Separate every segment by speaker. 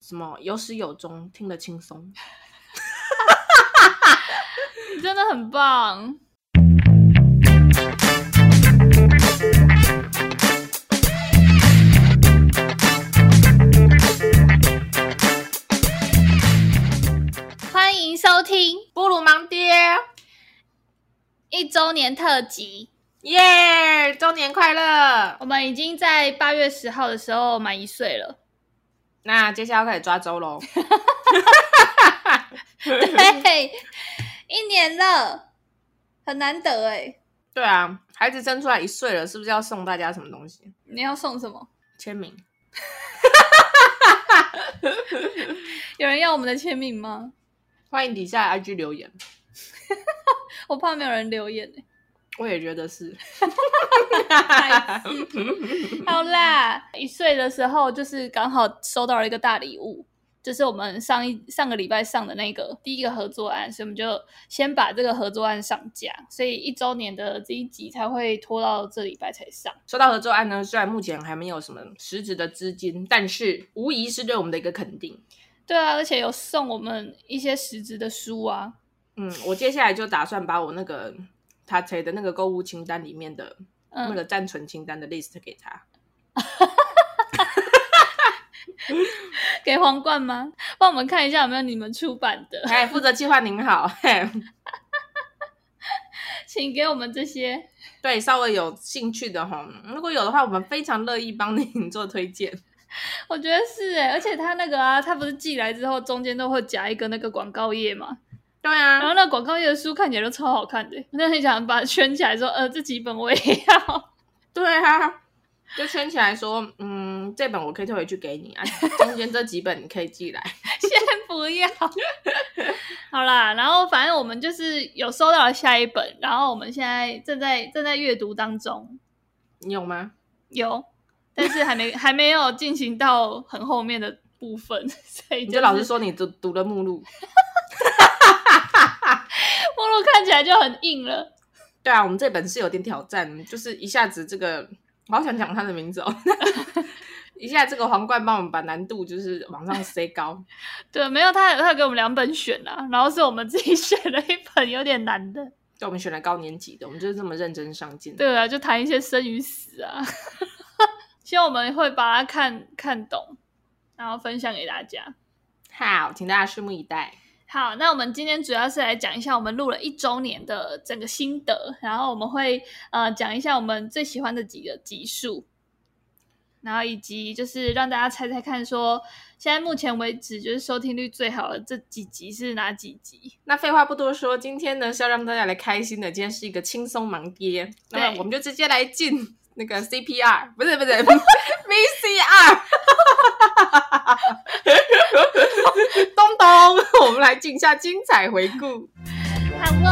Speaker 1: 什么有始有终，听得轻松。
Speaker 2: 你真的很棒。欢迎收听
Speaker 1: 布鲁盲爹，
Speaker 2: 一周年特辑。
Speaker 1: 耶、周年快乐！
Speaker 2: 我们已经在八月十号的时候满一岁了，
Speaker 1: 那接下来要开始抓周喽。
Speaker 2: 对，一年了，很难得哎。
Speaker 1: 对啊，孩子生出来一岁了，是不是要送大家什么东西？
Speaker 2: 你要送什么？
Speaker 1: 签名？
Speaker 2: 有人要我们的签名吗？
Speaker 1: 欢迎底下 IG 留言。
Speaker 2: 我怕没有人留言哎。
Speaker 1: 我也觉得是。
Speaker 2: 好啦，一岁的时候就是刚好收到了一个大礼物，就是我们上一上个礼拜上的那个第一个合作案，所以我们就先把这个合作案上架，所以一周年的这一集才会拖到这礼拜才上。
Speaker 1: 说到合作案呢，虽然目前还没有什么实质的资金，但是无疑是对我们的一个肯定。
Speaker 2: 对啊，而且有送我们一些实质的书啊，
Speaker 1: 嗯，我接下来就打算把我那个他推的那个购物清单里面的、
Speaker 2: 嗯，
Speaker 1: 那个暂存清单的 list 给他。
Speaker 2: 给皇冠吗？帮我们看一下有没有你们出版的，
Speaker 1: 哎，负责计划您好，嘿，
Speaker 2: 请给我们这些。
Speaker 1: 对，稍微有兴趣的哈，如果有的话，我们非常乐意 帮您做推荐。
Speaker 2: 我觉得是哎，而且他那个啊，他不是寄来之后中间都会夹一个那个广告页嘛，
Speaker 1: 对
Speaker 2: 然后
Speaker 1: 啊，
Speaker 2: 那广告页的书看起来都超好看的，我就很想把它圈起来说，呃，这几本我也要。
Speaker 1: 对啊，就圈起来说，嗯，这本我可以退回去给你啊，中间这几本你可以寄来。
Speaker 2: 先不要。 好啦，然后反正我们就是有收到了下一本，然后我们现在正在正在阅读当中，
Speaker 1: 你有吗？
Speaker 2: 有，但是还没还没有进行到很后面的部分， 所以
Speaker 1: 你就
Speaker 2: 就
Speaker 1: 老是
Speaker 2: 是
Speaker 1: 说你读读了目录。
Speaker 2: 目录看起来就很硬了。
Speaker 1: 对啊，我们这本是有点挑战，就是一下子这个，我好想讲他的名字哦。 一下这个皇冠帮我们把难度就是往上塞高，
Speaker 2: 对，没有他有他有给我们两本选啦，然后是我们自己 选了一本有点难的。
Speaker 1: 就我们选了高年级的，我们就是这么认真上进。
Speaker 2: 对啊，就谈一些生与死啊。 希望我们会把它看看懂，然后分享给大家。
Speaker 1: 好，请大家拭目以待。
Speaker 2: 好，那我们今天主要是来讲一下我们录了一周年的整个心得，然后我们会呃讲一下我们最喜欢的几个集数，然后以及就是让大家猜猜看说现在目前为止就是收听率最好的这几集是哪几集？
Speaker 1: 那废话不多说，今天呢是要让大家来开心的，今天是一个轻松忙爹，那
Speaker 2: 对
Speaker 1: 么我们就直接来进那个 CPR，不是不是 VCR，东东，我们来进一下精彩回顾。
Speaker 2: 好哦。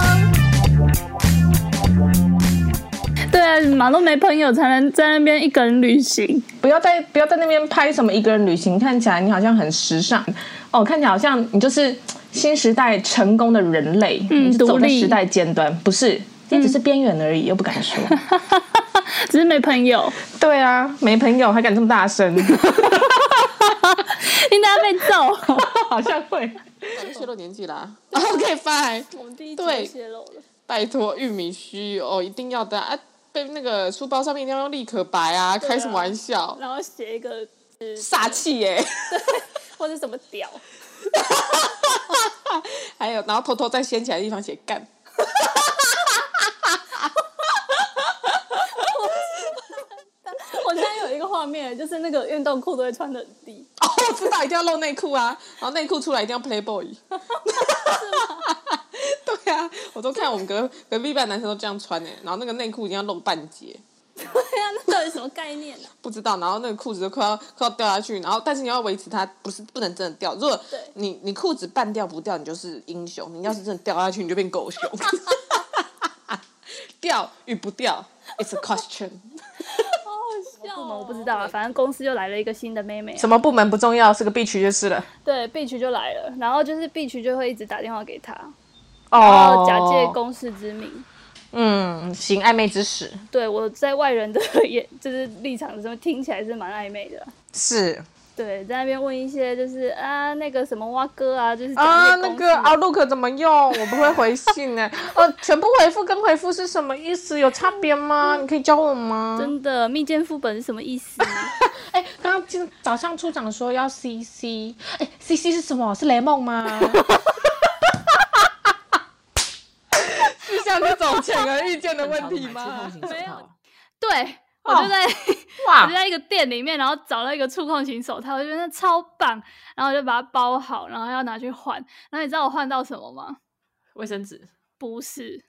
Speaker 2: 对啊，马路没朋友才能在那边一个人旅行。
Speaker 1: 不要在不要在那边拍什么一个人旅行，看起来你好像很时尚哦，看起来好像你就是新时代成功的人类，
Speaker 2: 嗯
Speaker 1: 你是走
Speaker 2: 独
Speaker 1: 在
Speaker 2: 立
Speaker 1: 时代尖端，不是，你只是边缘而已，又不敢 说。
Speaker 2: 只是没朋友，
Speaker 1: 对啊，没朋友还敢这么大 声，
Speaker 2: 应该被揍。
Speaker 1: 好像会。哦感觉泄露年纪 啦。
Speaker 3: OK fine，
Speaker 2: 我们第一
Speaker 3: 集就
Speaker 2: 泄露了，
Speaker 3: 拜托玉米须哦，一定要的啊！被那个书包上面一定要用立可白啊，开什么玩笑？
Speaker 2: 然后写一个
Speaker 3: 煞气耶、
Speaker 2: 或者什么屌，
Speaker 3: 还有，然后偷偷在掀起来的地方写干。
Speaker 2: 我现在有一个画面，就是那个运动裤都会穿的很低，
Speaker 3: 哦，我知道，一定要露内裤啊，然后内裤出来一定要 Playboy。对啊，我都看我们隔隔壁班男生都这样穿哎、然后那个内裤一定要露半截，
Speaker 2: 对呀、那到底什么概念啊呢、
Speaker 3: 不知道，然后那个裤子都快要快要掉下去，然后但是你要维持它，不是不能真的掉。如果
Speaker 2: 对
Speaker 3: 你你裤子半掉不掉，你就是英雄；你要是真的掉下去，你就变狗熊。 掉与不掉，it's a question。
Speaker 2: 啊？部门我不知道啊，反正公司就来了一个新的妹妹啊、
Speaker 1: 什么部门不重要，是个 B 区就是了。
Speaker 2: 对，B 区就来了，然后就是 B 区就会一直打电话给她，然
Speaker 1: 哦
Speaker 2: 后假借公事之名，
Speaker 1: 嗯，行暧昧之实
Speaker 2: 对我在外人的眼就是立场的时候听起来是蛮暧昧的啊，
Speaker 1: 是。
Speaker 2: 对，在那边问一些就是啊那个什么蛙哥啊，就是讲
Speaker 3: 啊，
Speaker 2: 些
Speaker 3: 那
Speaker 2: 公
Speaker 3: 个
Speaker 2: 式
Speaker 3: Outlook 怎么用？我不会回信 呢、呃，全部回复跟回复是什么意思？有差别吗？ 你可以教我吗？
Speaker 2: 真的密件副本是什么意思？
Speaker 3: 哎，刚刚今早上处长说要 CC，哎，CC 是什么？是雷 梦吗？是像这种显而易见的问题吗？
Speaker 1: 没
Speaker 2: 有
Speaker 1: 有
Speaker 2: 对，我
Speaker 1: 哦
Speaker 2: 就在、
Speaker 3: 啊
Speaker 2: 我
Speaker 1: 哇
Speaker 2: 就，在一个店里面，然后找到一个触控型手套，我觉得那超棒，然后我就把它包好，然后要拿去换。然后你知道我换到什么吗？
Speaker 1: 卫生纸，
Speaker 2: 不是，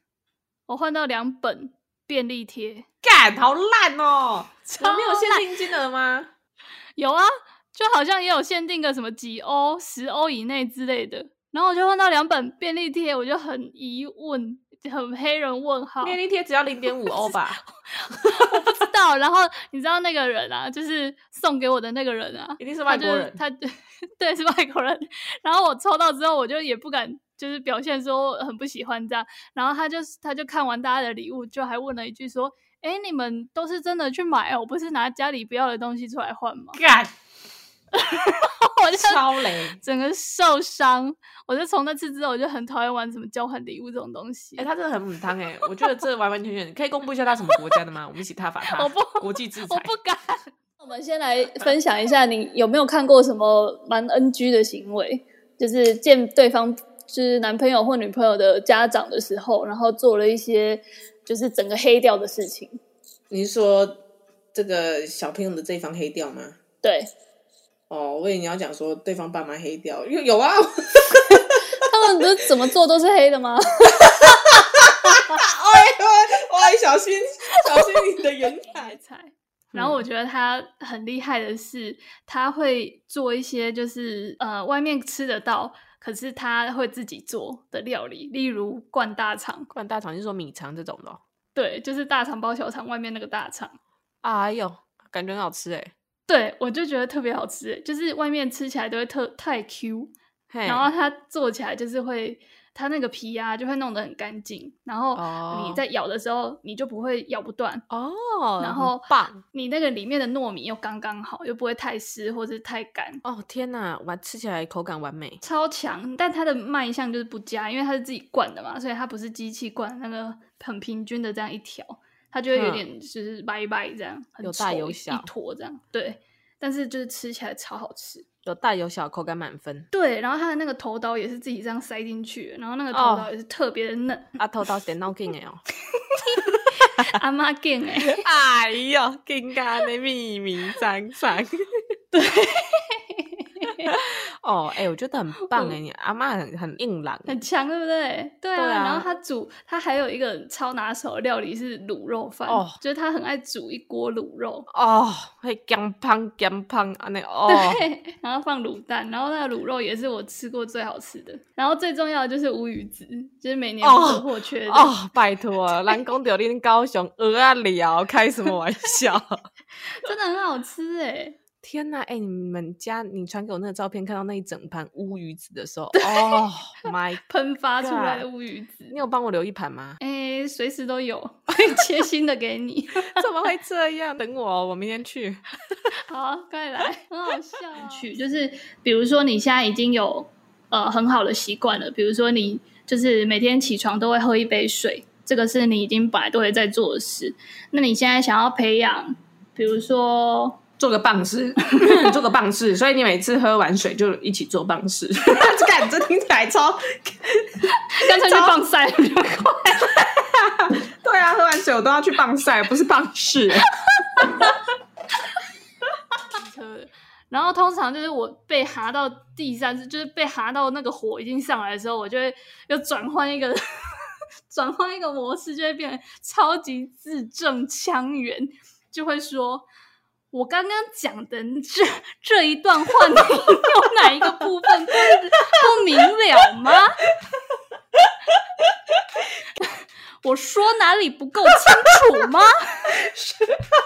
Speaker 2: 我换到两本便利贴。
Speaker 1: 干，好烂哦！你
Speaker 2: 超
Speaker 1: 们没有限定金额吗？
Speaker 2: 有啊，就好像也有限定个什么几欧、十欧以内之类的。然后我就换到两本便利贴，我就很疑问，很黑人问号。
Speaker 1: 便利贴只要零点五欧吧？
Speaker 2: 不 知道。然后你知道那个人啊，就是送给我的那个人啊，
Speaker 1: 一定是
Speaker 2: 他
Speaker 1: 外
Speaker 2: 就
Speaker 1: 国人。
Speaker 2: 他对是外国人。然后我抽到之后，我就也不敢，就是表现说很不喜欢这样。然后他就他就看完大家的礼物，就还问了一句说：“哎，你们都是真的去买哦，不是拿家里不要的东西出来换吗
Speaker 1: 干，？”
Speaker 2: 我就
Speaker 1: 超雷！
Speaker 2: 整个受伤。我就从那次之后，我就很讨厌玩什么交换礼物这种东西。
Speaker 1: 哎、他真的很母汤哎、我觉得这完完全全可以公布一下他什么国家的吗？我们一起踏法他，
Speaker 2: 我不
Speaker 1: 国际制裁，
Speaker 2: 我不 敢。我们先来分享一下，你有没有看过什么蛮 NG 的行为？就是见对方就是男朋友或女朋友的家长的时候，然后做了一些就是整个黑掉的事情。
Speaker 4: 你是说这个小朋友的这一方黑掉吗？
Speaker 2: 对
Speaker 4: 哦，我以为你要讲说对方爸妈黑掉，有有啊，
Speaker 2: 他们不是怎么做都是黑的吗？
Speaker 4: 哇，小心小心你的言
Speaker 2: 买
Speaker 4: 谈。
Speaker 2: 菜。然
Speaker 1: 嗯
Speaker 2: 后我觉得他很厉害的是，他会做一些就是呃外面吃得到，可是他会自己做的料理，例如灌大肠，
Speaker 1: 灌大肠就是说米肠这种的哦、
Speaker 2: 对，就是大肠包小肠外面那个大肠。
Speaker 1: 哎呦，感觉很好吃哎、
Speaker 2: 对，我就觉得特别好吃欸，就是外面吃起来都会特太 Q，
Speaker 1: 嘿，
Speaker 2: 然后它做起来就是会，它那个皮啊就会弄得很干净，然后
Speaker 1: 哦
Speaker 2: 你在咬的时候你就不会咬不断，
Speaker 1: 哦，
Speaker 2: 然
Speaker 1: 很
Speaker 2: 后
Speaker 1: 棒
Speaker 2: 你那个里面的糯米又刚刚好，又不会太湿或是太干，
Speaker 1: 哦，天哪，完吃起来口感完美，
Speaker 2: 超强。但它的卖相就是不佳，因为它是自己灌的嘛，所以它不是机器灌，那个很平均的这样一条，它就会有
Speaker 1: 嗯
Speaker 2: 点就是掰掰这样，很
Speaker 1: 有大
Speaker 2: 丑
Speaker 1: 有
Speaker 2: 一
Speaker 1: 小
Speaker 2: 一坨这样，对。但是就是吃起来超好吃。
Speaker 1: 有大有小，口感满分。
Speaker 2: 对，然后他的那个头刀也是自己这样塞进去的，然后那个头
Speaker 1: 哦
Speaker 2: 刀也是特别的嫩，
Speaker 1: 啊，头到点脑筋哎哦，
Speaker 2: 阿妈劲哎，
Speaker 1: 哎呦，更加的秘密长长。对， 哦，哎、我觉得很棒哎、你阿妈很很硬朗欸，
Speaker 2: 很强，对不对？对啊。
Speaker 1: 对啊
Speaker 2: 然后他煮，他还有一个超拿手的料理是卤肉饭，
Speaker 1: 哦
Speaker 2: 就是他很爱煮一锅卤肉，
Speaker 1: 哦，会姜胖姜胖啊那哦，
Speaker 2: 对，然后放卤蛋，然后那个卤肉也是我吃过最好吃的。然后最重要的就是乌鱼子，就是每年不可
Speaker 1: 哦
Speaker 2: 或缺的。
Speaker 1: 哦，拜托，咱讲到恁高雄鹅啊聊，开什么玩笑？
Speaker 2: 真的很好吃哎！
Speaker 1: 天呐，哎、你们家你传给我那个照片，看到那一整盘乌鱼子的时候，哦 my，
Speaker 2: 喷发出来的
Speaker 1: God
Speaker 2: 乌鱼子，？
Speaker 1: 你有帮我留一盘吗
Speaker 2: 哎，随时都有， 会切新的给你。
Speaker 1: 怎么会这样？等我哦，我明天去。
Speaker 2: 好，快 来，很好笑、
Speaker 4: 啊
Speaker 2: 去就是比如说，你现在已经有呃很好的习惯了，比如说你就是每天起床都会喝一杯水，这个是你已经本来都会在做的事。那你现在想要培养，比如说
Speaker 4: 做个棒 式，做个棒式，所以你每次喝完水就一起做棒式， 干，这听起来超
Speaker 2: 干脆去 放晒比较快，
Speaker 4: 对啊，喝完水我都要去棒晒，不是棒式。
Speaker 2: 然后通常就是我被哈到第三次，就是被哈到那个火已经上来的时候，我就会又转换一个 转换一个模式，就会变成超级字正腔圆，就会说。我刚刚讲的这这一段话，你有哪一个部分不不明了吗？ 我说哪里不够清楚吗？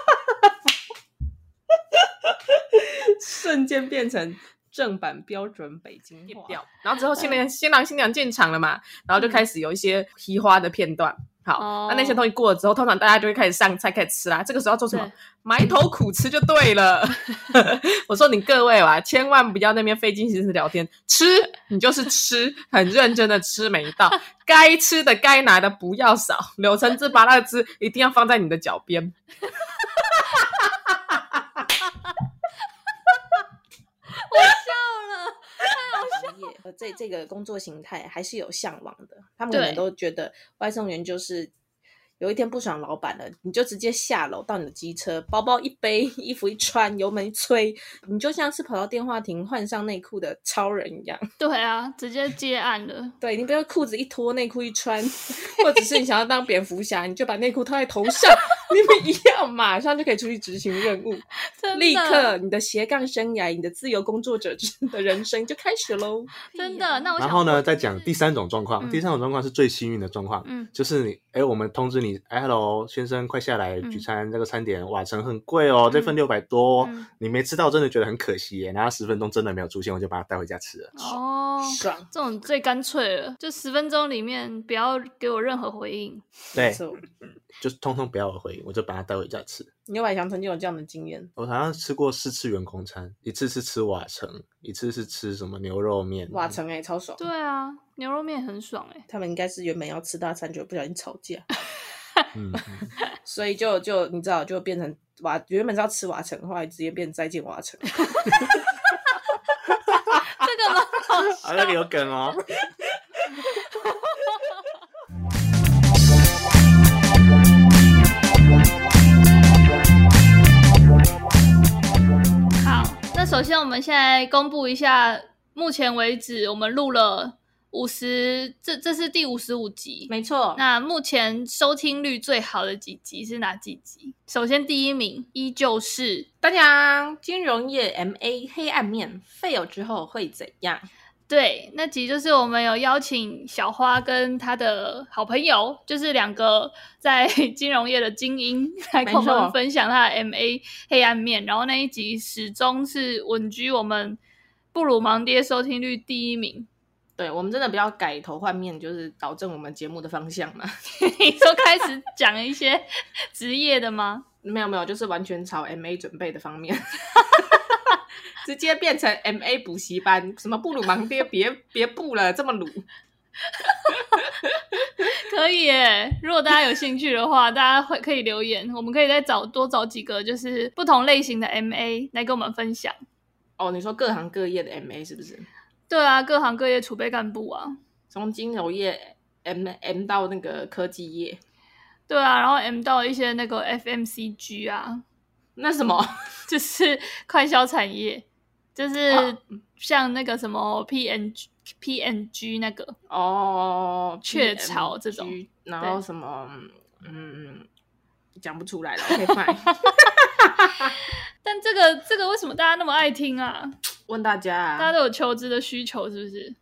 Speaker 4: 瞬间变成正版标准北京
Speaker 1: 一
Speaker 4: 话嗯
Speaker 1: 表。
Speaker 4: 然后之后新娘新郎新娘进场了嘛，然后就开始有一些皮花的片段，好，
Speaker 2: 哦
Speaker 4: 那那些东西过了之后，通常大家就会开始上菜，开始吃啦。这个时候要做什么
Speaker 2: 对？
Speaker 4: 埋头苦吃就对了。 我说你各位啊，千万不要那边费尽心思聊天，吃你就是吃，很认真的吃每一道，该吃的该拿的不要少，柳橙汁、芭乐汁一定要放在你的脚边。
Speaker 2: 我笑了。
Speaker 1: 行业呃这这个工作形态还是有向往的。他们可能
Speaker 2: 对
Speaker 1: 都觉得外送员就是有一天不爽老板了，你就直接下楼到你的机车，包包一背，衣服一穿，油门一吹，你就像是跑到电话亭换上内裤的超人一样。
Speaker 2: 对啊，直接接案了。
Speaker 1: 对你不要裤子一脱，内裤一穿， 或者是你想要当蝙蝠侠，你就把内裤套在头上， 你们一样，马上就可以出去执行任务。
Speaker 2: 真的
Speaker 1: 立刻，你的斜杠生涯，你的自由工作者的人生就开始喽。
Speaker 2: 真的。那我想
Speaker 5: 然后呢，
Speaker 2: 问
Speaker 5: 再讲第，三种状况，
Speaker 2: 嗯
Speaker 5: 第三种状况是最幸运的状况，
Speaker 2: 嗯，
Speaker 5: 就是你，哎，我们通知你，哎，hello，先生，快下来
Speaker 2: 嗯
Speaker 5: 聚餐，这个餐点瓦城很贵哦，这份六百多哦，
Speaker 2: 嗯
Speaker 5: 你没吃到真的觉得很可惜耶，然后十分钟真的没有出现，我就把它带回家吃了。
Speaker 2: 哦，
Speaker 1: 爽，
Speaker 2: 这种最干脆了，就十分钟里面不要给我任何回应。
Speaker 5: 对
Speaker 1: 没，错
Speaker 5: 就是通通不要回，我就把它带回家吃。
Speaker 1: 牛百强曾经有这样的经验，
Speaker 5: 我好像吃过四次员工餐，一次是吃瓦城，一次是吃什么牛肉面。
Speaker 1: 哇，城哎、超爽。
Speaker 2: 对啊，牛肉面很爽哎、
Speaker 1: 他们应该是原本要吃大餐，就不小心吵架，
Speaker 5: 嗯， 嗯
Speaker 1: 所以就就你知道，就变成瓦，原本是要吃瓦城，后来直接变再见瓦城。
Speaker 2: 这个吗？
Speaker 5: 啊，那个有梗哦。
Speaker 2: 好，那首先我们现在公布一下，目前为止我们录了五十，这这是第五十五集。
Speaker 1: 没错，
Speaker 2: 那目前收听率最好的几集是哪几集？首先第一名依旧是
Speaker 1: 大家金融业 M A 黑暗面废了之后会怎样？
Speaker 2: 对，那集就是我们有邀请小花跟她的好朋友，就是两个在 金融业的精英，来跟我
Speaker 1: 没错
Speaker 2: 们分享她的 MA 黑暗面。然后那一集始终是稳居我们布鲁盲爹收听率第一名。
Speaker 1: 对我们真的不要改头换面，就是导正我们节目的方向嘛。
Speaker 2: 你说开始讲一些职业的吗？
Speaker 1: 没有没有，就是完全朝 M A 准备的方面， 直接变成 M A 补习班，什么布鲁盲爹，别别布了，这么鲁。
Speaker 2: 可以耶！如果大家有兴趣的话，大家会可以留言，我们可以再找多找几个就是不同类型的 MA 来跟我们分享。
Speaker 1: 哦，你说各行各业的 M A 是不是？
Speaker 2: 对啊，各行各业储备干部啊。
Speaker 1: 从金融业 M M 到那个科技业，
Speaker 2: 对啊，然后 M 到一些那个 FMCG 啊，
Speaker 1: 那什么
Speaker 2: 就是快消产业，就是
Speaker 1: 哇
Speaker 2: 像那个什么 PNG、PNG 那个，
Speaker 1: 哦，
Speaker 2: 雀巢这种
Speaker 1: PMG，然
Speaker 2: 对
Speaker 1: 后什么嗯，讲不出来了。OK fine，
Speaker 2: 但这个这个为什么大家那么爱听啊？
Speaker 1: 问大家
Speaker 2: 大家
Speaker 1: 啊，
Speaker 2: 都有求知的需求，是不是？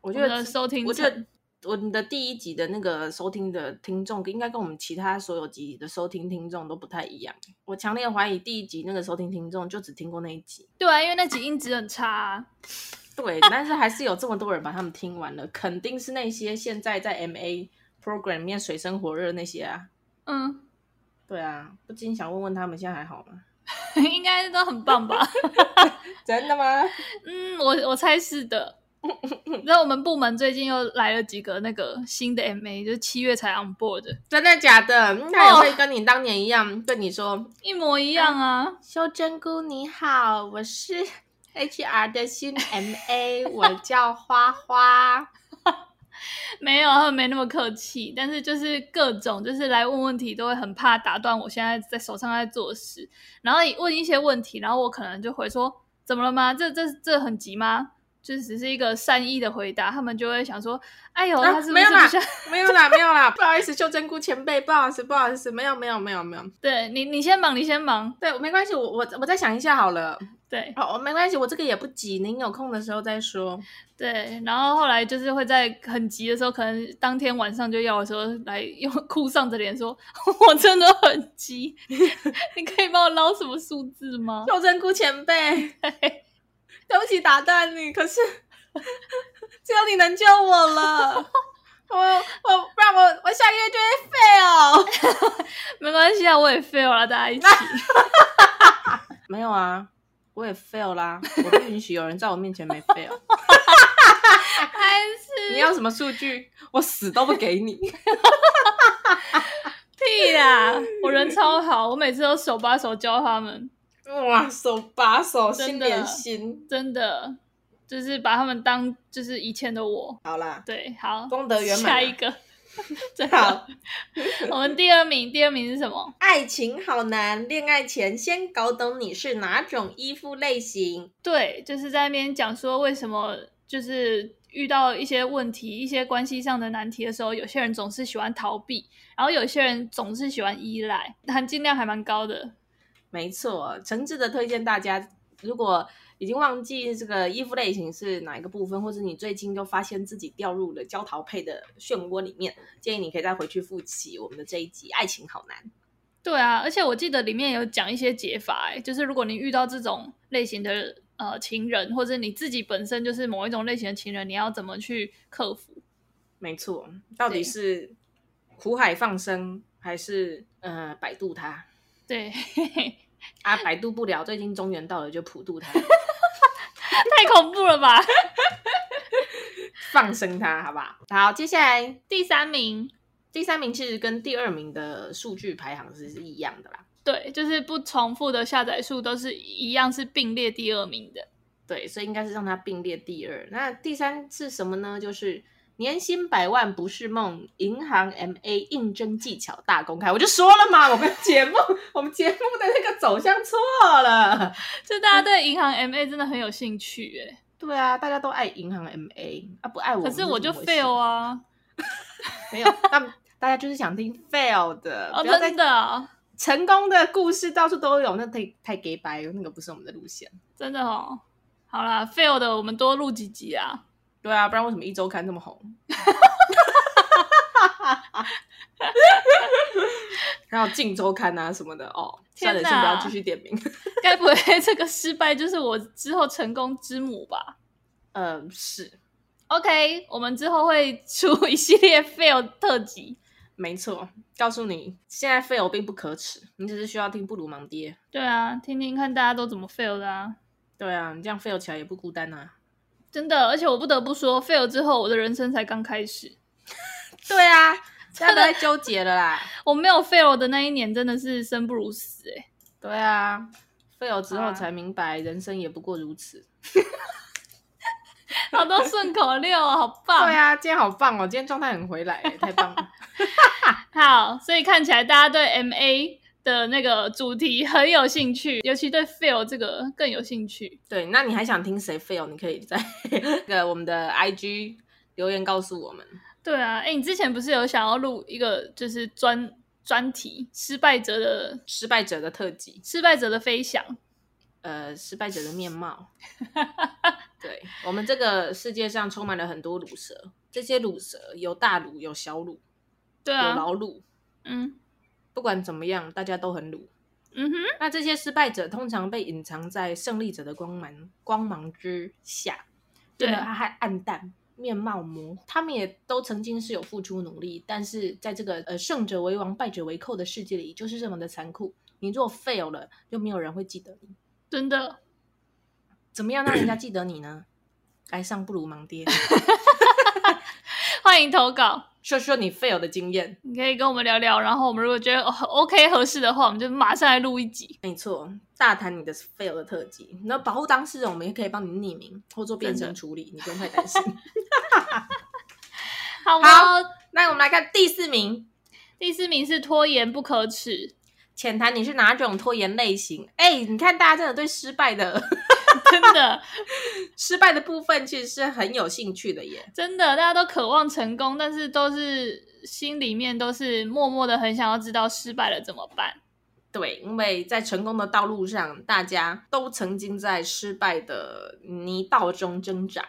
Speaker 1: 我觉
Speaker 2: 我们
Speaker 1: 得
Speaker 2: 的收听
Speaker 1: 我觉得
Speaker 2: 层
Speaker 1: 我们的第一集的那个收听的听众，应该跟我们其他所有集的收听听众都不太一样。我强烈怀疑第一集那个收听听众就只听过那一集。
Speaker 2: 对啊，因为那集音质很差、啊，
Speaker 1: 对，但是还是有这么多人把他们听完了，肯定是那些现在在 MA program 里面水深火热那些啊。
Speaker 2: 嗯，
Speaker 1: 对啊，不禁想问问他们现在还好吗？
Speaker 2: 应该都很棒吧？
Speaker 1: 真的吗？
Speaker 2: 嗯，我我猜是的。然后我们部门最近又来了几个那个新的 MA，就是七月才 on board 的，
Speaker 1: 真的假的？嗯他也会跟你当年一样对你说
Speaker 2: 一模一样啊。：“
Speaker 1: 修真姑你好，我是 HR 的新 MA，我叫花花。
Speaker 2: 没有，他们没那么客气，但是就是各种就是来问问题，都会很怕打断我现在在手上在做的事，然后问一些问题，然后我可能就回说怎么了吗？这这这很急吗？就只是一个善意的回答，他们就会想说，哎呦，
Speaker 1: 啊
Speaker 2: 他是不
Speaker 1: 没
Speaker 2: 是
Speaker 1: 有
Speaker 2: 不
Speaker 1: 啦
Speaker 2: 想？”
Speaker 1: 没有 啦，没有啦，不好意思，修真姑前辈，不好意思，不好意思，没有，没有，没有，没有。
Speaker 2: 对你，你先忙，你先忙。
Speaker 1: 对，没关系，我我我再想一下好了。
Speaker 2: 对
Speaker 1: 好，没关系，我这个也不急，您有空的时候再说。
Speaker 2: 对，然后后来就是会在很急的时候，可能当天晚上就要我说来用 哭丧着脸说， 我真的很急， 你可以帮我捞什么数字吗？
Speaker 1: 秀珍菇前 辈， 对不起打断你，可是只有你能救我了。我我不然我我下个月就会废哦。
Speaker 2: 没关系啊，我也 fail 了，大家 一起。
Speaker 1: 没有啊，我也 fail 啦，我不允许有人在我面前没 fail。
Speaker 2: 还是
Speaker 4: 你要什么数据，我死都不给你。
Speaker 2: 屁 啦！我人超好，我每次都手把手教他们，
Speaker 1: 哇，手把手，
Speaker 2: 真
Speaker 1: 心
Speaker 2: 的
Speaker 1: 连心。
Speaker 2: 真的就是把他们当就是以前的我。
Speaker 1: 好啦，
Speaker 2: 对，好，
Speaker 1: 功德圆满啊
Speaker 2: 下一 个，真的
Speaker 1: 好。
Speaker 2: 我们第二名，第二名是什么？
Speaker 1: 爱情好难，恋爱前先搞懂你是哪种依附类型。
Speaker 2: 对，就是在那边讲说为什么就是遇到一些问题、一些关系上的难题的时候，有些人总是喜欢逃避，然后有些人总是喜欢依赖，含金量还蛮高的。
Speaker 1: 没错，诚挚的推荐大家，如果已经忘记这个衣服类型是哪一个部分，或者你最近又发现自己掉入了焦桃配的漩涡里面，建议你可以再回去复习我们的这一集《爱情好难》。
Speaker 2: 对啊，而且我记得里面有讲一些解法、欸，就是如果你遇到这种类型的呃情人，或者你自己本身就是某一种类型的情人，你要怎么去克服？
Speaker 1: 没错，到
Speaker 2: 对
Speaker 1: 底是苦海放生，还是呃百度它
Speaker 2: 对，
Speaker 1: 啊？百度不了，最近中原到了就普渡它，
Speaker 2: 太恐怖了吧！
Speaker 1: 放生它，好不 好？好，接下来
Speaker 2: 第三名，
Speaker 1: 第三名其实跟第二名的数据排行是一样的啦。
Speaker 2: 对，就是不重复的下载数都是一样，是并列第二名的。
Speaker 1: 对，所以应该是让它并列第二。那第三是什么呢？就是年薪百万不是梦，银行 MA 应征技巧大公开。我就说了嘛，我们节目 我们节目的那个走向错了。
Speaker 2: 就
Speaker 1: 嗯
Speaker 2: 大家对银行 MA 真的很有兴趣哎、
Speaker 1: 对啊，大家都爱银行 MA 啊，不爱我
Speaker 2: 可是我就
Speaker 1: 们怎么回事
Speaker 2: fail，啊，
Speaker 1: 没有，但大家就是想听 fail 的，
Speaker 2: 哦
Speaker 1: 不要再
Speaker 2: 真的啊
Speaker 1: 成功的故事到处都有，那太太 gay 白，那个不是我们的路线。
Speaker 2: 真的哦。好啦，fail 的我们多录几集啊。
Speaker 1: 对啊，不然为什么一周刊这么红？ 还有《镜周刊》啊什么的哦，
Speaker 2: 天
Speaker 1: 算
Speaker 2: 哪
Speaker 1: 了，先不要继续点名。
Speaker 2: 该不会这个失败就是我之后成功之母吧
Speaker 1: 嗯，是
Speaker 2: ？OK，我们之后会出一系列 fail 特辑。
Speaker 1: 没错，告诉你，现在 fail 并不可耻，你只是需要听布鲁芒爹。
Speaker 2: 对啊，听听看大家都怎么 fail 的啊。
Speaker 1: 对啊，你这样 fail 起来也不孤单啊。
Speaker 2: 真的，而且我不得不说，fail 之后我的人生才刚开始。
Speaker 1: 对 啊，现在都在纠结了啦。
Speaker 2: 我没有 fail 的那一年真的是生不如死哎、
Speaker 1: 对啊，fail 之
Speaker 2: 好啊
Speaker 1: 后才明白，人生也不过如此。
Speaker 2: 好多顺口溜啊，好棒！
Speaker 1: 对啊，今天好棒哦，今天状态很回来耶，太棒了。
Speaker 2: 好，所以看起来大家对 M A 的那个主题很有兴趣，尤其对 fail 这个更有兴趣。
Speaker 1: 对，那你还想听谁 fail？你可以在那个我们的 IG 留言告诉我们。
Speaker 2: 对啊，哎、你之前不是有想要录一个就是专专题失败者的
Speaker 1: 失败者的特辑，
Speaker 2: 失败者的飞翔？
Speaker 1: 呃，失败者的面貌。 对我们这个世界上充满了很多乳蛇，这些乳蛇有大乳，有小乳，
Speaker 2: 对
Speaker 1: 有
Speaker 2: 啊，
Speaker 1: 老乳。
Speaker 2: 嗯
Speaker 1: 不管怎么样，大家都很乳。
Speaker 2: 嗯哼，
Speaker 1: 那这些失败者通常被隐藏在胜利者的光芒光芒之下，
Speaker 2: 对
Speaker 1: 变得暗暗淡，面貌模糊。他们也都曾经是有付出努力，但是在这个呃胜者为王，败者为寇的世界里，就是这么的残酷。你若 fail 了，就没有人会记得你。
Speaker 2: 真的。
Speaker 1: 怎么样让人家记得你呢？来上不如盲爹，
Speaker 2: 欢迎投稿，
Speaker 1: 说说你 fail 的经验。
Speaker 2: 你可以跟我们聊聊，然后我们如果觉得哦 OK 合适的话，我们就马上来录一集。
Speaker 1: 没错，大谈你的 fail 的特辑。那保护当事人，我们也可以帮你匿名或做变
Speaker 2: 真的
Speaker 1: 声处理，你不用太担心。
Speaker 2: 好吗？
Speaker 1: 那我们来看第四名，
Speaker 2: 第四名是拖延不可耻，
Speaker 1: 浅谈你是哪种拖延类型？哎、你看大家真的对失败的
Speaker 2: 真的。
Speaker 1: 失败的部分其实是很有兴趣的耶。
Speaker 2: 真的，大家都渴望成功，但是都是心里面都是默默的很想要知道失败了怎么办。
Speaker 1: 对，因为在成功的道路上，大家都曾经在失败的泥道中挣扎。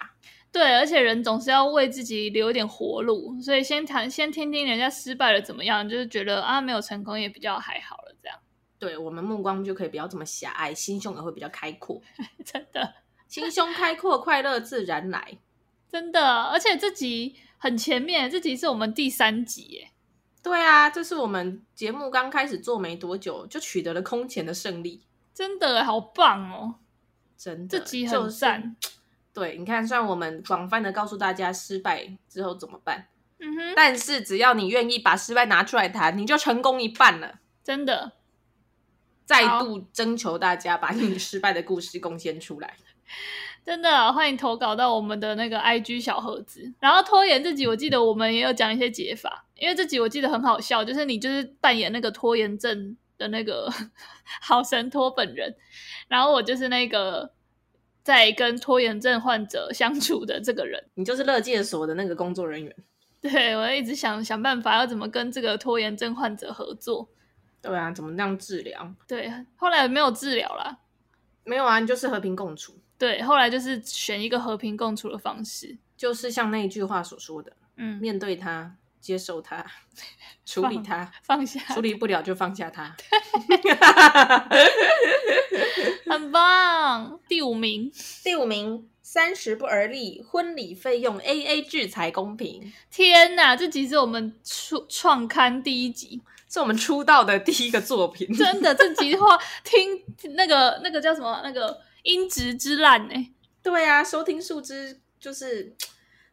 Speaker 2: 对，而且人总是要为自己留一点活路，所以先谈，先听听人家失败了怎么样，就是觉得啊没有成功也比较还好了，这样
Speaker 1: 对我们目光就可以不要这么狭隘，心胸也会比较开阔。
Speaker 2: 真的
Speaker 1: 心胸开阔，快乐自然来。
Speaker 2: 真的，而且这集很前面，这集是我们第三集耶，
Speaker 1: 对啊，这是我们节目刚开始做没多久就取得了空前的胜利，
Speaker 2: 真的耶好棒哦！
Speaker 1: 真的，
Speaker 2: 这集很赞。
Speaker 1: 就是。对，你看，虽然我们广泛的告诉大家失败之后怎么办，
Speaker 2: 嗯哼，
Speaker 1: 但是只要你愿意把失败拿出来谈，你就成功一半了。
Speaker 2: 真的，
Speaker 1: 再度征求大家把你失败的故事贡献出来。
Speaker 2: 真的，啊欢迎投稿到我们的那个 IG 小盒子。然后拖延这集，我记得我们也有讲一些解法，因为这集我记得很好笑，就是你就是扮演那个拖延症的那个 好神拖本人，然后我就是那个在跟拖延症患者相处的这个人。
Speaker 1: 你就是乐界所的那个工作人员。
Speaker 2: 对我一直想想办法要怎么跟这个拖延症患者合作。
Speaker 1: 对啊，怎么样治疗？
Speaker 2: 对，后来没有治疗啦，
Speaker 1: 没有啊，你就是和平共处，
Speaker 2: 对，后来就是选一个和平共处的方式。
Speaker 1: 就是像那一句话所说的，
Speaker 2: 嗯，
Speaker 1: 面对它，接受它， 处理它，
Speaker 2: 放下，
Speaker 1: 处理不了就放下 它。
Speaker 2: 很棒。第五名，
Speaker 1: 第五名，三十不而立，婚礼费用 A A 制才公平，
Speaker 2: 天哪，这集是我们创创刊第一集，
Speaker 1: 是我们出道的第一个作品。
Speaker 2: 真的，这集的话 听那个那个叫什么那个音质之烂哎、
Speaker 1: 对啊，收听数之就是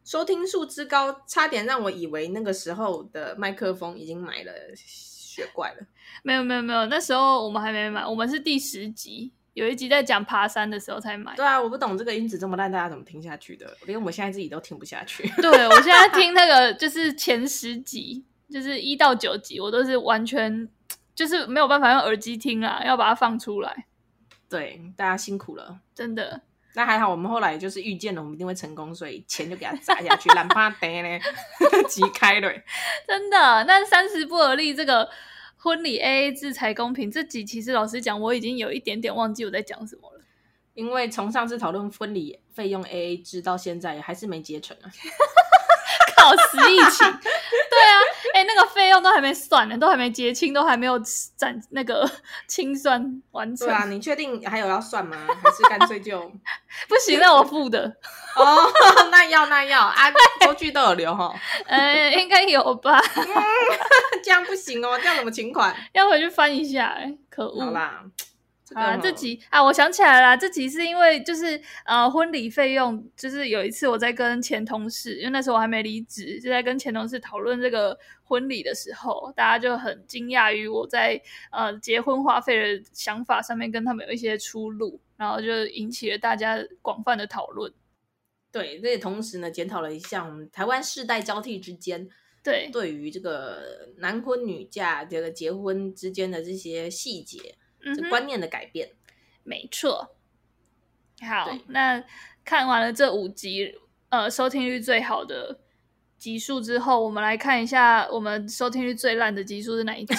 Speaker 1: 收听数之高，差点让我以为那个时候的麦克风已经买了雪怪了。
Speaker 2: 没有没有没有，那时候我们还没买，我们是第十集，有一集在讲爬山的时候才买。
Speaker 1: 对啊，我不懂这个音质这么烂，大家怎么听下去的？连我现在自己都听不下去。
Speaker 2: 对我现在听那个就是前十集，就是一到九集，我都是完全就是没有办法用耳机听啦，要把它放出来，
Speaker 1: 对，大家辛苦了。
Speaker 2: 真的。
Speaker 1: 那还好，我们后来就是遇见了，我们一定会成功，所以钱就给它砸下去，懒怕得呢， 急开了。
Speaker 2: 真的，那三十不而立这个婚礼 A A 制才公平，这集其实老实讲，我已经有一点点忘记我在讲什么了。
Speaker 1: 因为从上次讨论婚礼费用 A A 制到现在，还是没结成啊。
Speaker 2: 靠，死疫情，对啊，哎、那个费用都还没算呢，都还没结清，都还没有展那个清算完成，
Speaker 1: 对啊，你确定还有要算吗？ 还是干脆就
Speaker 2: 不行，那我付的，
Speaker 1: 哦？那要那要啊，收据都有留哈，
Speaker 2: 呃、应该有吧，
Speaker 1: 这样不行哦，这样怎么请款？
Speaker 2: 要回去翻一下、哎，可恶，
Speaker 1: 好啦，嗯这个
Speaker 2: 啊，这
Speaker 1: 哦
Speaker 2: 集啊，我想起来了，这集是因为就是呃，婚礼费用，就是有一次我在跟前同事，因为那时候我还没离职，就在跟前同事讨论这个婚礼的时候，大家就很惊讶于我在呃结婚花费的想法上面跟他们有一些出入，然后就引起了大家广泛的讨论。
Speaker 1: 对，这也同时呢，检讨了一下我们台湾世代交替之间
Speaker 2: 对，
Speaker 1: 对于这个男婚女嫁、这个结婚之间的这些细节、
Speaker 2: 嗯
Speaker 1: 这
Speaker 2: 哼
Speaker 1: 观念的改 变。
Speaker 2: 没错。好
Speaker 1: 对，
Speaker 2: 那看完了这五集，呃，收听率最好的集数之后，我们来看一下我们收听率最烂的集数是哪一 集？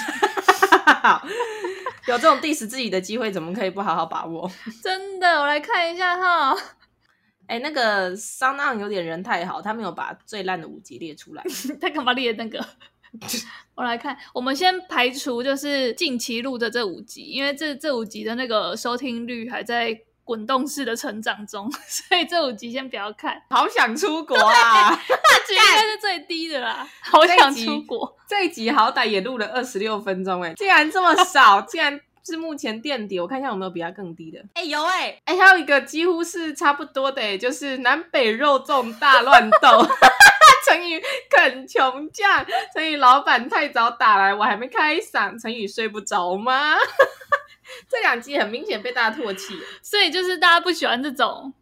Speaker 1: 有这种 diss 自己的机会，怎么可以不好好把握？
Speaker 2: 真的，我来看一下哈。
Speaker 1: 哎，那个桑浪有点人太好，他没有把最烂的五集列出来。
Speaker 2: 他干嘛列那个？ 我来看，我们先排除就是近期录的这五集，因为这这五集的那个收听率还在滚动式的成长中， 所以这五集先不要看。
Speaker 4: 好想出国啊！
Speaker 2: 那集应该是最低的啦，好想
Speaker 4: 这一集
Speaker 2: 出国。
Speaker 4: 这一集好歹也录了二十六分钟，哎，竟然这么少，竟然是目前垫底。我看一下有没有比它更低的。
Speaker 1: 哎，有哎、
Speaker 4: 哎，还有一个几乎是差不多的，哎就是南北肉粽大乱斗。 成语啃穷酱，成语老板太早打来，我还没开嗓。成语睡不着吗？ 这两集很明显被大家唾弃，
Speaker 2: 所以就是大家不喜欢这种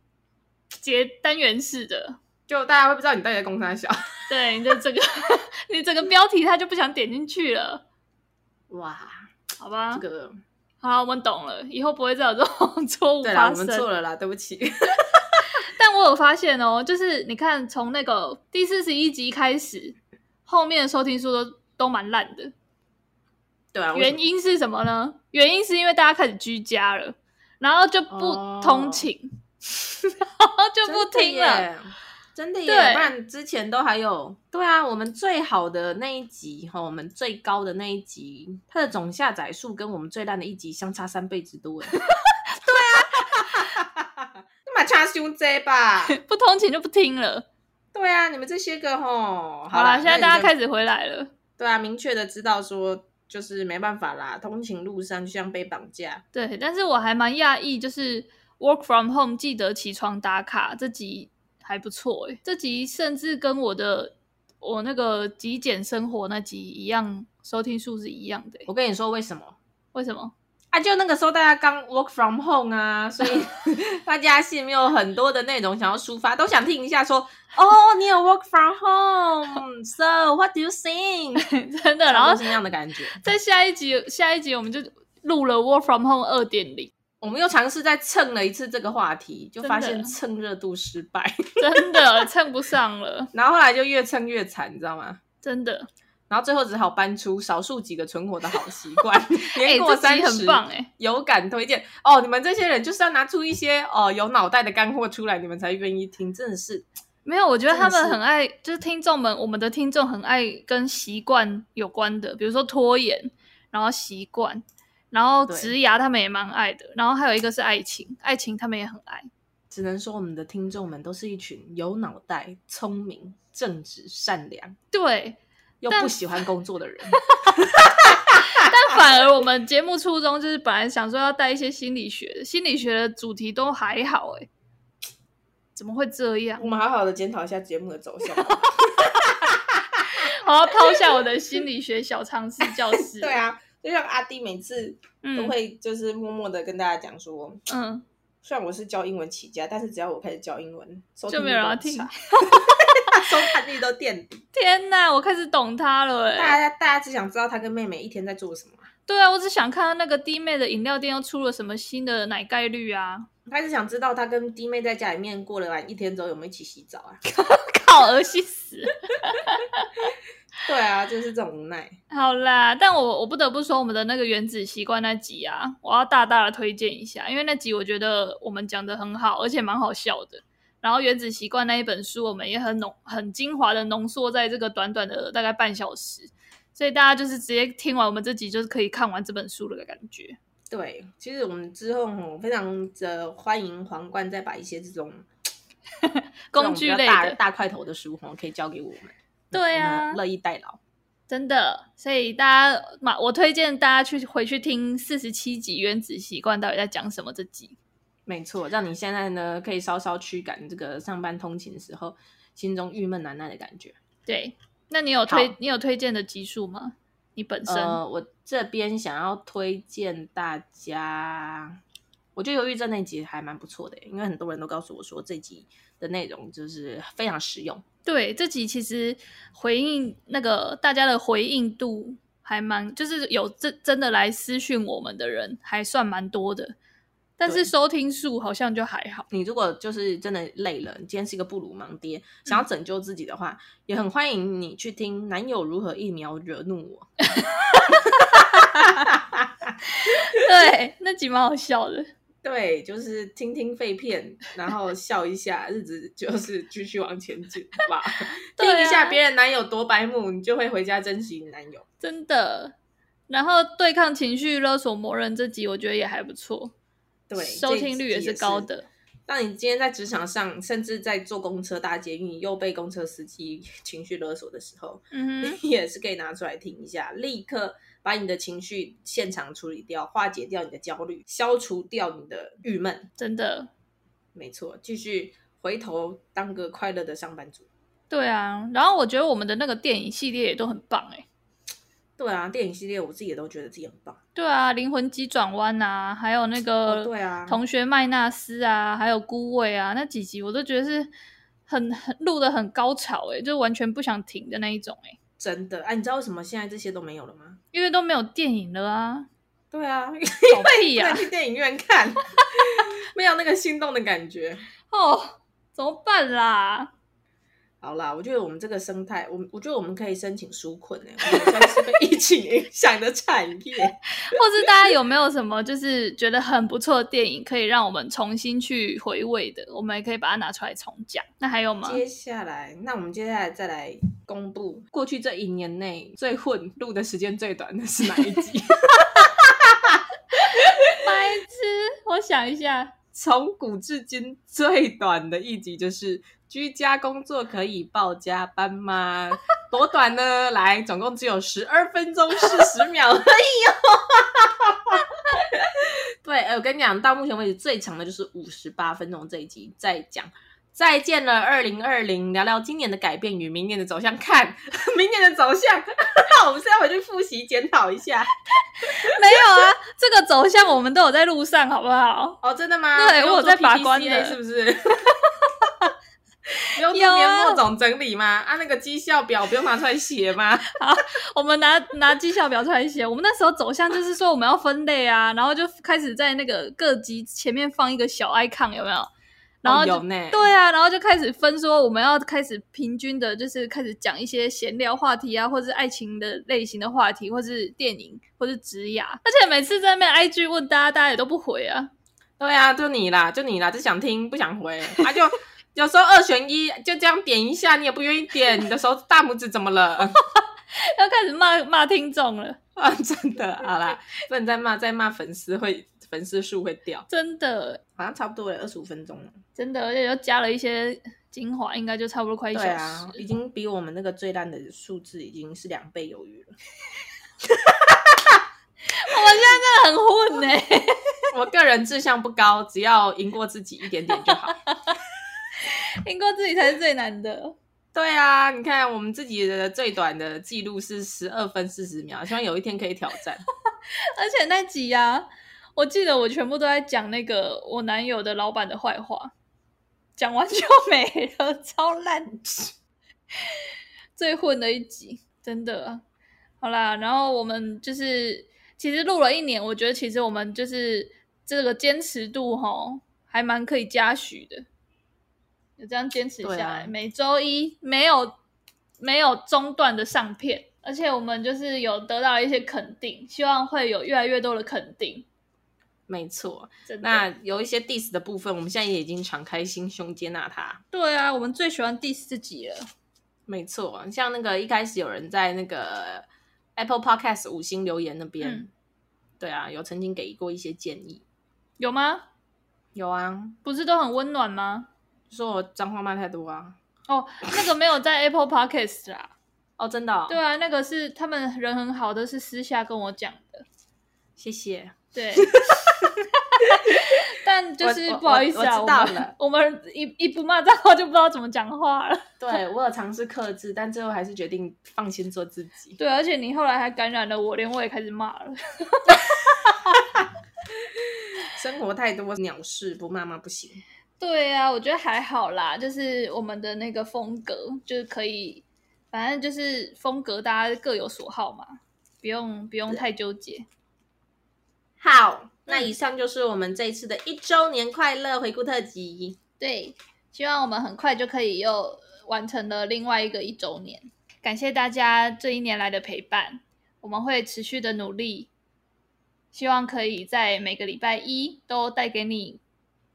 Speaker 2: 结单元式的，
Speaker 4: 就大家会不知道你到底在攻啥小。
Speaker 2: 对，你的 这个你整个标题他就不想点进去了，
Speaker 1: 哇，
Speaker 2: 好吧？
Speaker 1: 这个
Speaker 2: 好，我们懂了，以后不会再有这种 错误
Speaker 1: 对啦，
Speaker 2: 发
Speaker 1: 我们
Speaker 2: 生。
Speaker 1: 错了啦，对不起。
Speaker 2: 但我有发现哦，就是你看从那个第四十一集开始，后面的收听数都都蛮烂的。
Speaker 1: 对啊，我
Speaker 2: 原因是什么呢？原因是因为大家开始居家了，然后就不
Speaker 1: 哦
Speaker 2: 通勤， 然后就不听了。，
Speaker 1: 真的耶，
Speaker 2: 对
Speaker 1: 不然之前都还有。对啊，我们最好的那一集哈，我们最高的那一集，它的总下载数跟我们最烂的一集相差三倍之多耶。 对啊，那么差胸这吧？
Speaker 2: 不通勤就不听了。
Speaker 1: 对啊，你们这些个吼，
Speaker 2: 好啦，现在大家开
Speaker 1: 始
Speaker 2: 始回来了，
Speaker 1: 对啊，明确的知道说就是没办法啦，通勤路上就像被绑架，
Speaker 2: 对，但是我还蛮讶异，就是 work from home 记得起床打卡这集还不错诶、这集甚至跟我的我那个极简生活那集一样，收听数是一样的、欸，
Speaker 1: 我跟你说为什么？
Speaker 2: 为什么？
Speaker 1: 啊，就那个时候大家刚 work from home 啊，所 以大家心里面有很多的内容想要抒发，都想听一下 说，哦，你有 work from home，so what do you think？
Speaker 2: 真的，然后
Speaker 1: 都是那样的感觉。
Speaker 2: 在下一集，下一集我们就录了 work from home 二点零，
Speaker 1: 我们又尝试再蹭了一次这个话题，就
Speaker 2: 真的
Speaker 1: 发现蹭热度失败，
Speaker 2: 真的 蹭不上了，
Speaker 1: 然后后来就越蹭越惨，你知道吗？
Speaker 2: 真的。
Speaker 1: 然后最后只好搬出少数几个存活的好习 惯，
Speaker 2: 哎、
Speaker 1: 年过
Speaker 2: 这
Speaker 1: 三
Speaker 2: 集
Speaker 1: 十、
Speaker 2: 很棒哎、
Speaker 1: 有感推荐哦！你们这些人就是要拿出一些哦有脑袋的干货出来，你们才愿意听，真的是
Speaker 2: 没有，我觉得他
Speaker 1: 真的
Speaker 2: 们
Speaker 1: 是
Speaker 2: 很爱，就是听众们，我们的听众很爱跟习惯有关的，比如说拖延，然后习惯，然后
Speaker 1: 对
Speaker 2: 职涯，他们也蛮爱的，然后还有一个是爱情，爱情他们也很爱，
Speaker 1: 只能说我们的听众们都是一群有脑袋、聪明、正直、善良
Speaker 2: 对。
Speaker 1: 又
Speaker 2: 但
Speaker 1: 不喜欢工作的人。
Speaker 2: 但反而我们节目初衷就是本来想说要带一些心理学的，心理学的主题都还好哎、怎么会这样
Speaker 1: 我？们好好的检讨一下节目的走向。
Speaker 2: 我要抛下我的心理学小常识教室。
Speaker 1: 对，啊，就像阿弟每次都
Speaker 2: 嗯
Speaker 1: 会就是默默的跟大家讲说，
Speaker 2: 嗯，
Speaker 1: 虽然我是教英文起家，但是只要我开始教英文，收
Speaker 2: 就
Speaker 1: 听
Speaker 2: 没
Speaker 1: 率
Speaker 2: 有
Speaker 1: 都
Speaker 2: 人要
Speaker 1: 很
Speaker 2: 听
Speaker 1: 差 收看率都垫底。
Speaker 2: 天哪，我开始懂他了哎、
Speaker 1: 大家大家只想知道他跟妹妹一天在做什么啊，
Speaker 2: 对啊，我只想看到那个弟妹的饮料店又出了什么新的奶盖绿啊！
Speaker 1: 他是想知道他跟弟妹在家里面过了完一天之后有没有一起洗澡啊？
Speaker 2: 靠，恶心死！
Speaker 1: 对啊，就是这种无奈。
Speaker 2: 好啦，但我我不得不说，我们的那个原子习惯那集啊，我要大大的推荐一下，因为那集我觉得我们讲的很好，而且蛮好笑的。然后《原子习惯》那一本书，我们也很浓、很精华的浓缩在这个短短的大概半小时，所以大家就是直接听完我们这集，就是可以看完这本书的感觉。
Speaker 1: 对，其实我们之后吼非常的欢迎皇冠再把一些这种
Speaker 2: 工具
Speaker 1: 这种
Speaker 2: 类
Speaker 1: 比较大
Speaker 2: 的，
Speaker 1: 大块头的书吼可以交给我们，
Speaker 2: 对
Speaker 1: 我
Speaker 2: 啊
Speaker 1: 们，乐意代劳。
Speaker 2: 真的，所以大家嘛，我推荐大家去回去听四十七集《原子习惯》到底在讲什么这集。
Speaker 1: 没错，让你现在呢可以稍稍驱赶这个上班通勤的时候心中郁闷难耐的感觉。
Speaker 2: 对，那你有推
Speaker 1: 好
Speaker 2: 你有推荐的集数吗？你本身、
Speaker 1: 呃，我这边想要推荐大家，我觉得忧郁症那集还蛮不错的耶，因为很多人都告诉我说这集的内容就是非常实用。
Speaker 2: 对这集其实回应那个大家的回应度还蛮，就是有真真的来私讯我们的人还算蛮多的，但是
Speaker 1: 对
Speaker 2: 收听数好像就还好。
Speaker 1: 你如果就是真的累了，你今天是一个布鲁盲爹，想要拯救自己的话，也很欢迎你去听《男友如何一秒惹怒我》。
Speaker 2: 对，那集蛮好笑的。
Speaker 1: 对，就是听听废片，然后笑一下，日子就是继续往前进吧。
Speaker 2: 对啊
Speaker 1: 听一下别人男友多白目，你就会回家珍惜你男友。
Speaker 2: 真的。然后对抗情绪勒索魔人这集，我觉得也还不错，
Speaker 1: 对，
Speaker 2: 收听率也
Speaker 1: 也
Speaker 2: 是高。的。
Speaker 1: 当你今天在职场上，甚至在坐公车、搭捷运，又被公车司机情绪勒索的时候，
Speaker 2: 嗯哼，
Speaker 1: 你 也是可以拿出来听一下，立刻把你的情绪现场处理掉，化解掉你的焦虑，消除掉你的郁闷。
Speaker 2: 真的，
Speaker 1: 没错，继续回头当个快乐的上班族。
Speaker 2: 对啊。然后我觉得我们的那个电影系列也都很棒哎、
Speaker 1: 对啊，电影系列我自己也都觉得自己很棒。
Speaker 2: 对啊，灵魂急转弯啊，还有那个
Speaker 1: 哦对啊
Speaker 2: 同学麦纳斯啊，还有孤味啊，那几集我都觉得是很很录的很高潮哎、就完全不想停的那一种哎、
Speaker 1: 真的，哎、啊，你知道为什么现在这些都没有了吗？
Speaker 2: 因为都没有电影了啊，
Speaker 1: 对啊， 因
Speaker 2: 搞屁
Speaker 1: 为
Speaker 2: 呀、
Speaker 1: 不能 去电影院看，没有那个心动的感觉。
Speaker 2: 哦，怎么办啦？
Speaker 1: 好啦，我觉得我们这个生态，我们我觉得我们可以申请纾困哎、我们算是被疫情影响的产业。
Speaker 2: 或是大家有没有什么就是觉得很不错的电影，可以让我们重新去回味的，我们也可以把它拿出来重讲。那还有吗？
Speaker 1: 接下来，那我们接下来再来公布过去这一年内最混录的时间最短的是哪一集？
Speaker 2: 白痴，我想一下，
Speaker 1: 从古至今最短的一集就是居家工作可以报加班吗？多短呢？来，总共只有十二分钟四十秒而已哦。 对，呃我跟你讲，到目前为止最长的就是五十八分钟这一集在讲。再见了，二零二零，聊聊今年的改变与明年的走向。看， 明年的走向， 我们是要回去复习检讨一下。
Speaker 2: 没有啊，这个走向我们都有在路上，好不好？
Speaker 1: 哦，真的吗？
Speaker 2: 对
Speaker 1: 不用
Speaker 2: 我有
Speaker 1: 做
Speaker 2: 在把关
Speaker 1: PPCA
Speaker 2: 的
Speaker 1: 是不是？ 不用做
Speaker 2: 有啊
Speaker 1: 年末总整理吗？啊，那个绩效表不用拿出来写吗？
Speaker 2: 我们拿拿绩效表出来写，我们那时候走向就是说我们要分类啊，然后就开始在那个各级前面放一个小 icon，有没有？ 然后
Speaker 1: 哦
Speaker 2: 就、
Speaker 1: 有呢，
Speaker 2: 对啊，然后就开始分说我们要开始平均的，就是开始讲一些闲聊话题啊，或是爱情的类型的话题，或是电影，或是职涯。而且每次在那边 IG 问大家，大家也都不回啊。
Speaker 1: 对啊，就你啦，就你啦，只想听不想回，啊就。有时候二选一，就这样点一下，你也不愿意点，你的手大拇指怎么了？
Speaker 2: 要开始骂骂听众了，
Speaker 1: 啊，真的，好啦，不能再骂，再骂粉丝会粉丝数会掉，
Speaker 2: 真的，
Speaker 1: 好像差不多了，二十五分钟了。
Speaker 2: 真的，而且又加了一些精华，应该就差不多快一小
Speaker 1: 对
Speaker 2: 时。
Speaker 1: 啊，已经比我们那个最烂的数字已经是两倍有余了。
Speaker 2: 我们现在真的很混呢、欸
Speaker 1: 我个人志向不高，只要赢过自己一点点就 好。
Speaker 2: 赢过自己才是最难的。
Speaker 1: 对啊，你看我们自己的最短的记录是十二分四十秒，希望有一天可以挑 战。
Speaker 2: 而且那集啊呀、我记得我全部都在讲那个我男友的老板的坏话，讲完就没了，超烂，最混的一集，真的。好啦，然后我们就是其实录了一年，我觉得其实我们就是这个坚持度哈，还蛮可以嘉许的。有这样坚持下
Speaker 1: 对
Speaker 2: 来，
Speaker 1: 啊
Speaker 2: 每周一没有没有中断的上片，而且我们就是有得到一些肯定，希望会有越来越多的肯定。
Speaker 1: 没错，
Speaker 2: 真的，
Speaker 1: 那有一些 diss 的部分，我们现在也已经敞开心胸接纳它。
Speaker 2: 对啊，我们最喜欢第四集了。
Speaker 1: 没错，像那个一开始有人在那个 Apple Podcast 五星留言那边，
Speaker 2: 嗯
Speaker 1: 对啊，有曾经给过一些建议。
Speaker 2: 有吗？
Speaker 1: 有啊，
Speaker 2: 不是都很温暖吗？
Speaker 1: 说我脏话骂太多啊。
Speaker 2: 哦，那个没有 在 Apple Podcast 啦。
Speaker 1: 哦，真的、哦，
Speaker 2: 对，啊，那个是他们人很好的，是私下跟我讲的。
Speaker 1: 谢谢。
Speaker 2: 对，但就是
Speaker 1: 我我
Speaker 2: 不好意思啊，
Speaker 1: 我
Speaker 2: 我
Speaker 1: 知道
Speaker 2: 们
Speaker 1: 了
Speaker 2: 我们一一不骂脏话就不知道怎么讲话了。
Speaker 1: 对我有尝试克制，但最后还是决定放心做自己。
Speaker 2: 对，而且你后来还感染了我，连我也开始骂了。
Speaker 1: 生活太多鸟事，不骂骂不行。
Speaker 2: 对啊，我觉得还好啦，就是我们的那个风格，就是可以，反正就是风格大家各有所好嘛，不用不用太纠结。
Speaker 1: 好，那以上就是我们这一次的一周年快乐回顾特辑。
Speaker 2: 对，希望我们很快就可以又完成了另外一个一周年。感谢大家这一年来的陪伴，我们会持续的努力，希望可以在每个礼拜一都带给你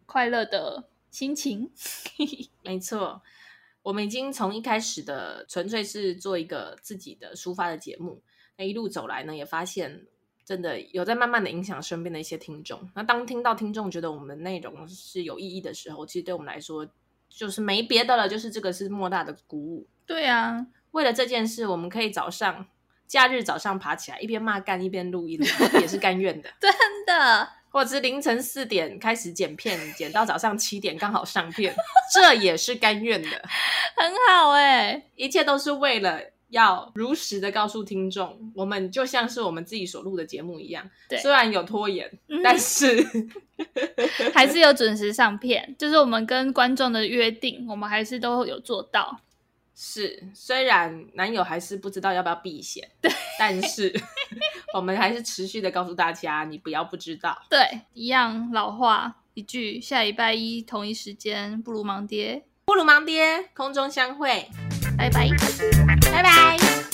Speaker 2: 快乐的心情。
Speaker 1: 没错，我们已经从一开始的纯粹是做一个自己的抒发的节目，那一路走来呢，也发现真的有在慢慢的影响身边的一些听众。那当听到听众觉得我们的内容是有意义的时候，其实对我们来说就是没别的了，就是这个是莫大的鼓舞。
Speaker 2: 对啊，
Speaker 1: 为了这件事，我们可以早上假日早上爬起来，一边骂干一边录音，也是甘 愿的。
Speaker 2: 真的，
Speaker 1: 或者是凌晨四点开始剪片，剪到早上七点刚好上片，这也是甘愿的。
Speaker 2: 很好哎、
Speaker 1: 一切都是为了要如实的告诉听众，我们就像是我们自己所录的节目一样，
Speaker 2: 对
Speaker 1: 虽然有拖延，
Speaker 2: 嗯
Speaker 1: 但是
Speaker 2: 还是有准时上片，就是我们跟观众的约定，我们还是都有做到。
Speaker 1: 是虽然男友还是不知道要不要避嫌，对，但是我们还是持续的告诉大家，你不要不知道。
Speaker 2: 对，一样老话一句，下礼拜一同一时间，不如忙爹，
Speaker 1: 布鲁盲爹，空中相会，
Speaker 2: 拜拜。
Speaker 1: 拜拜。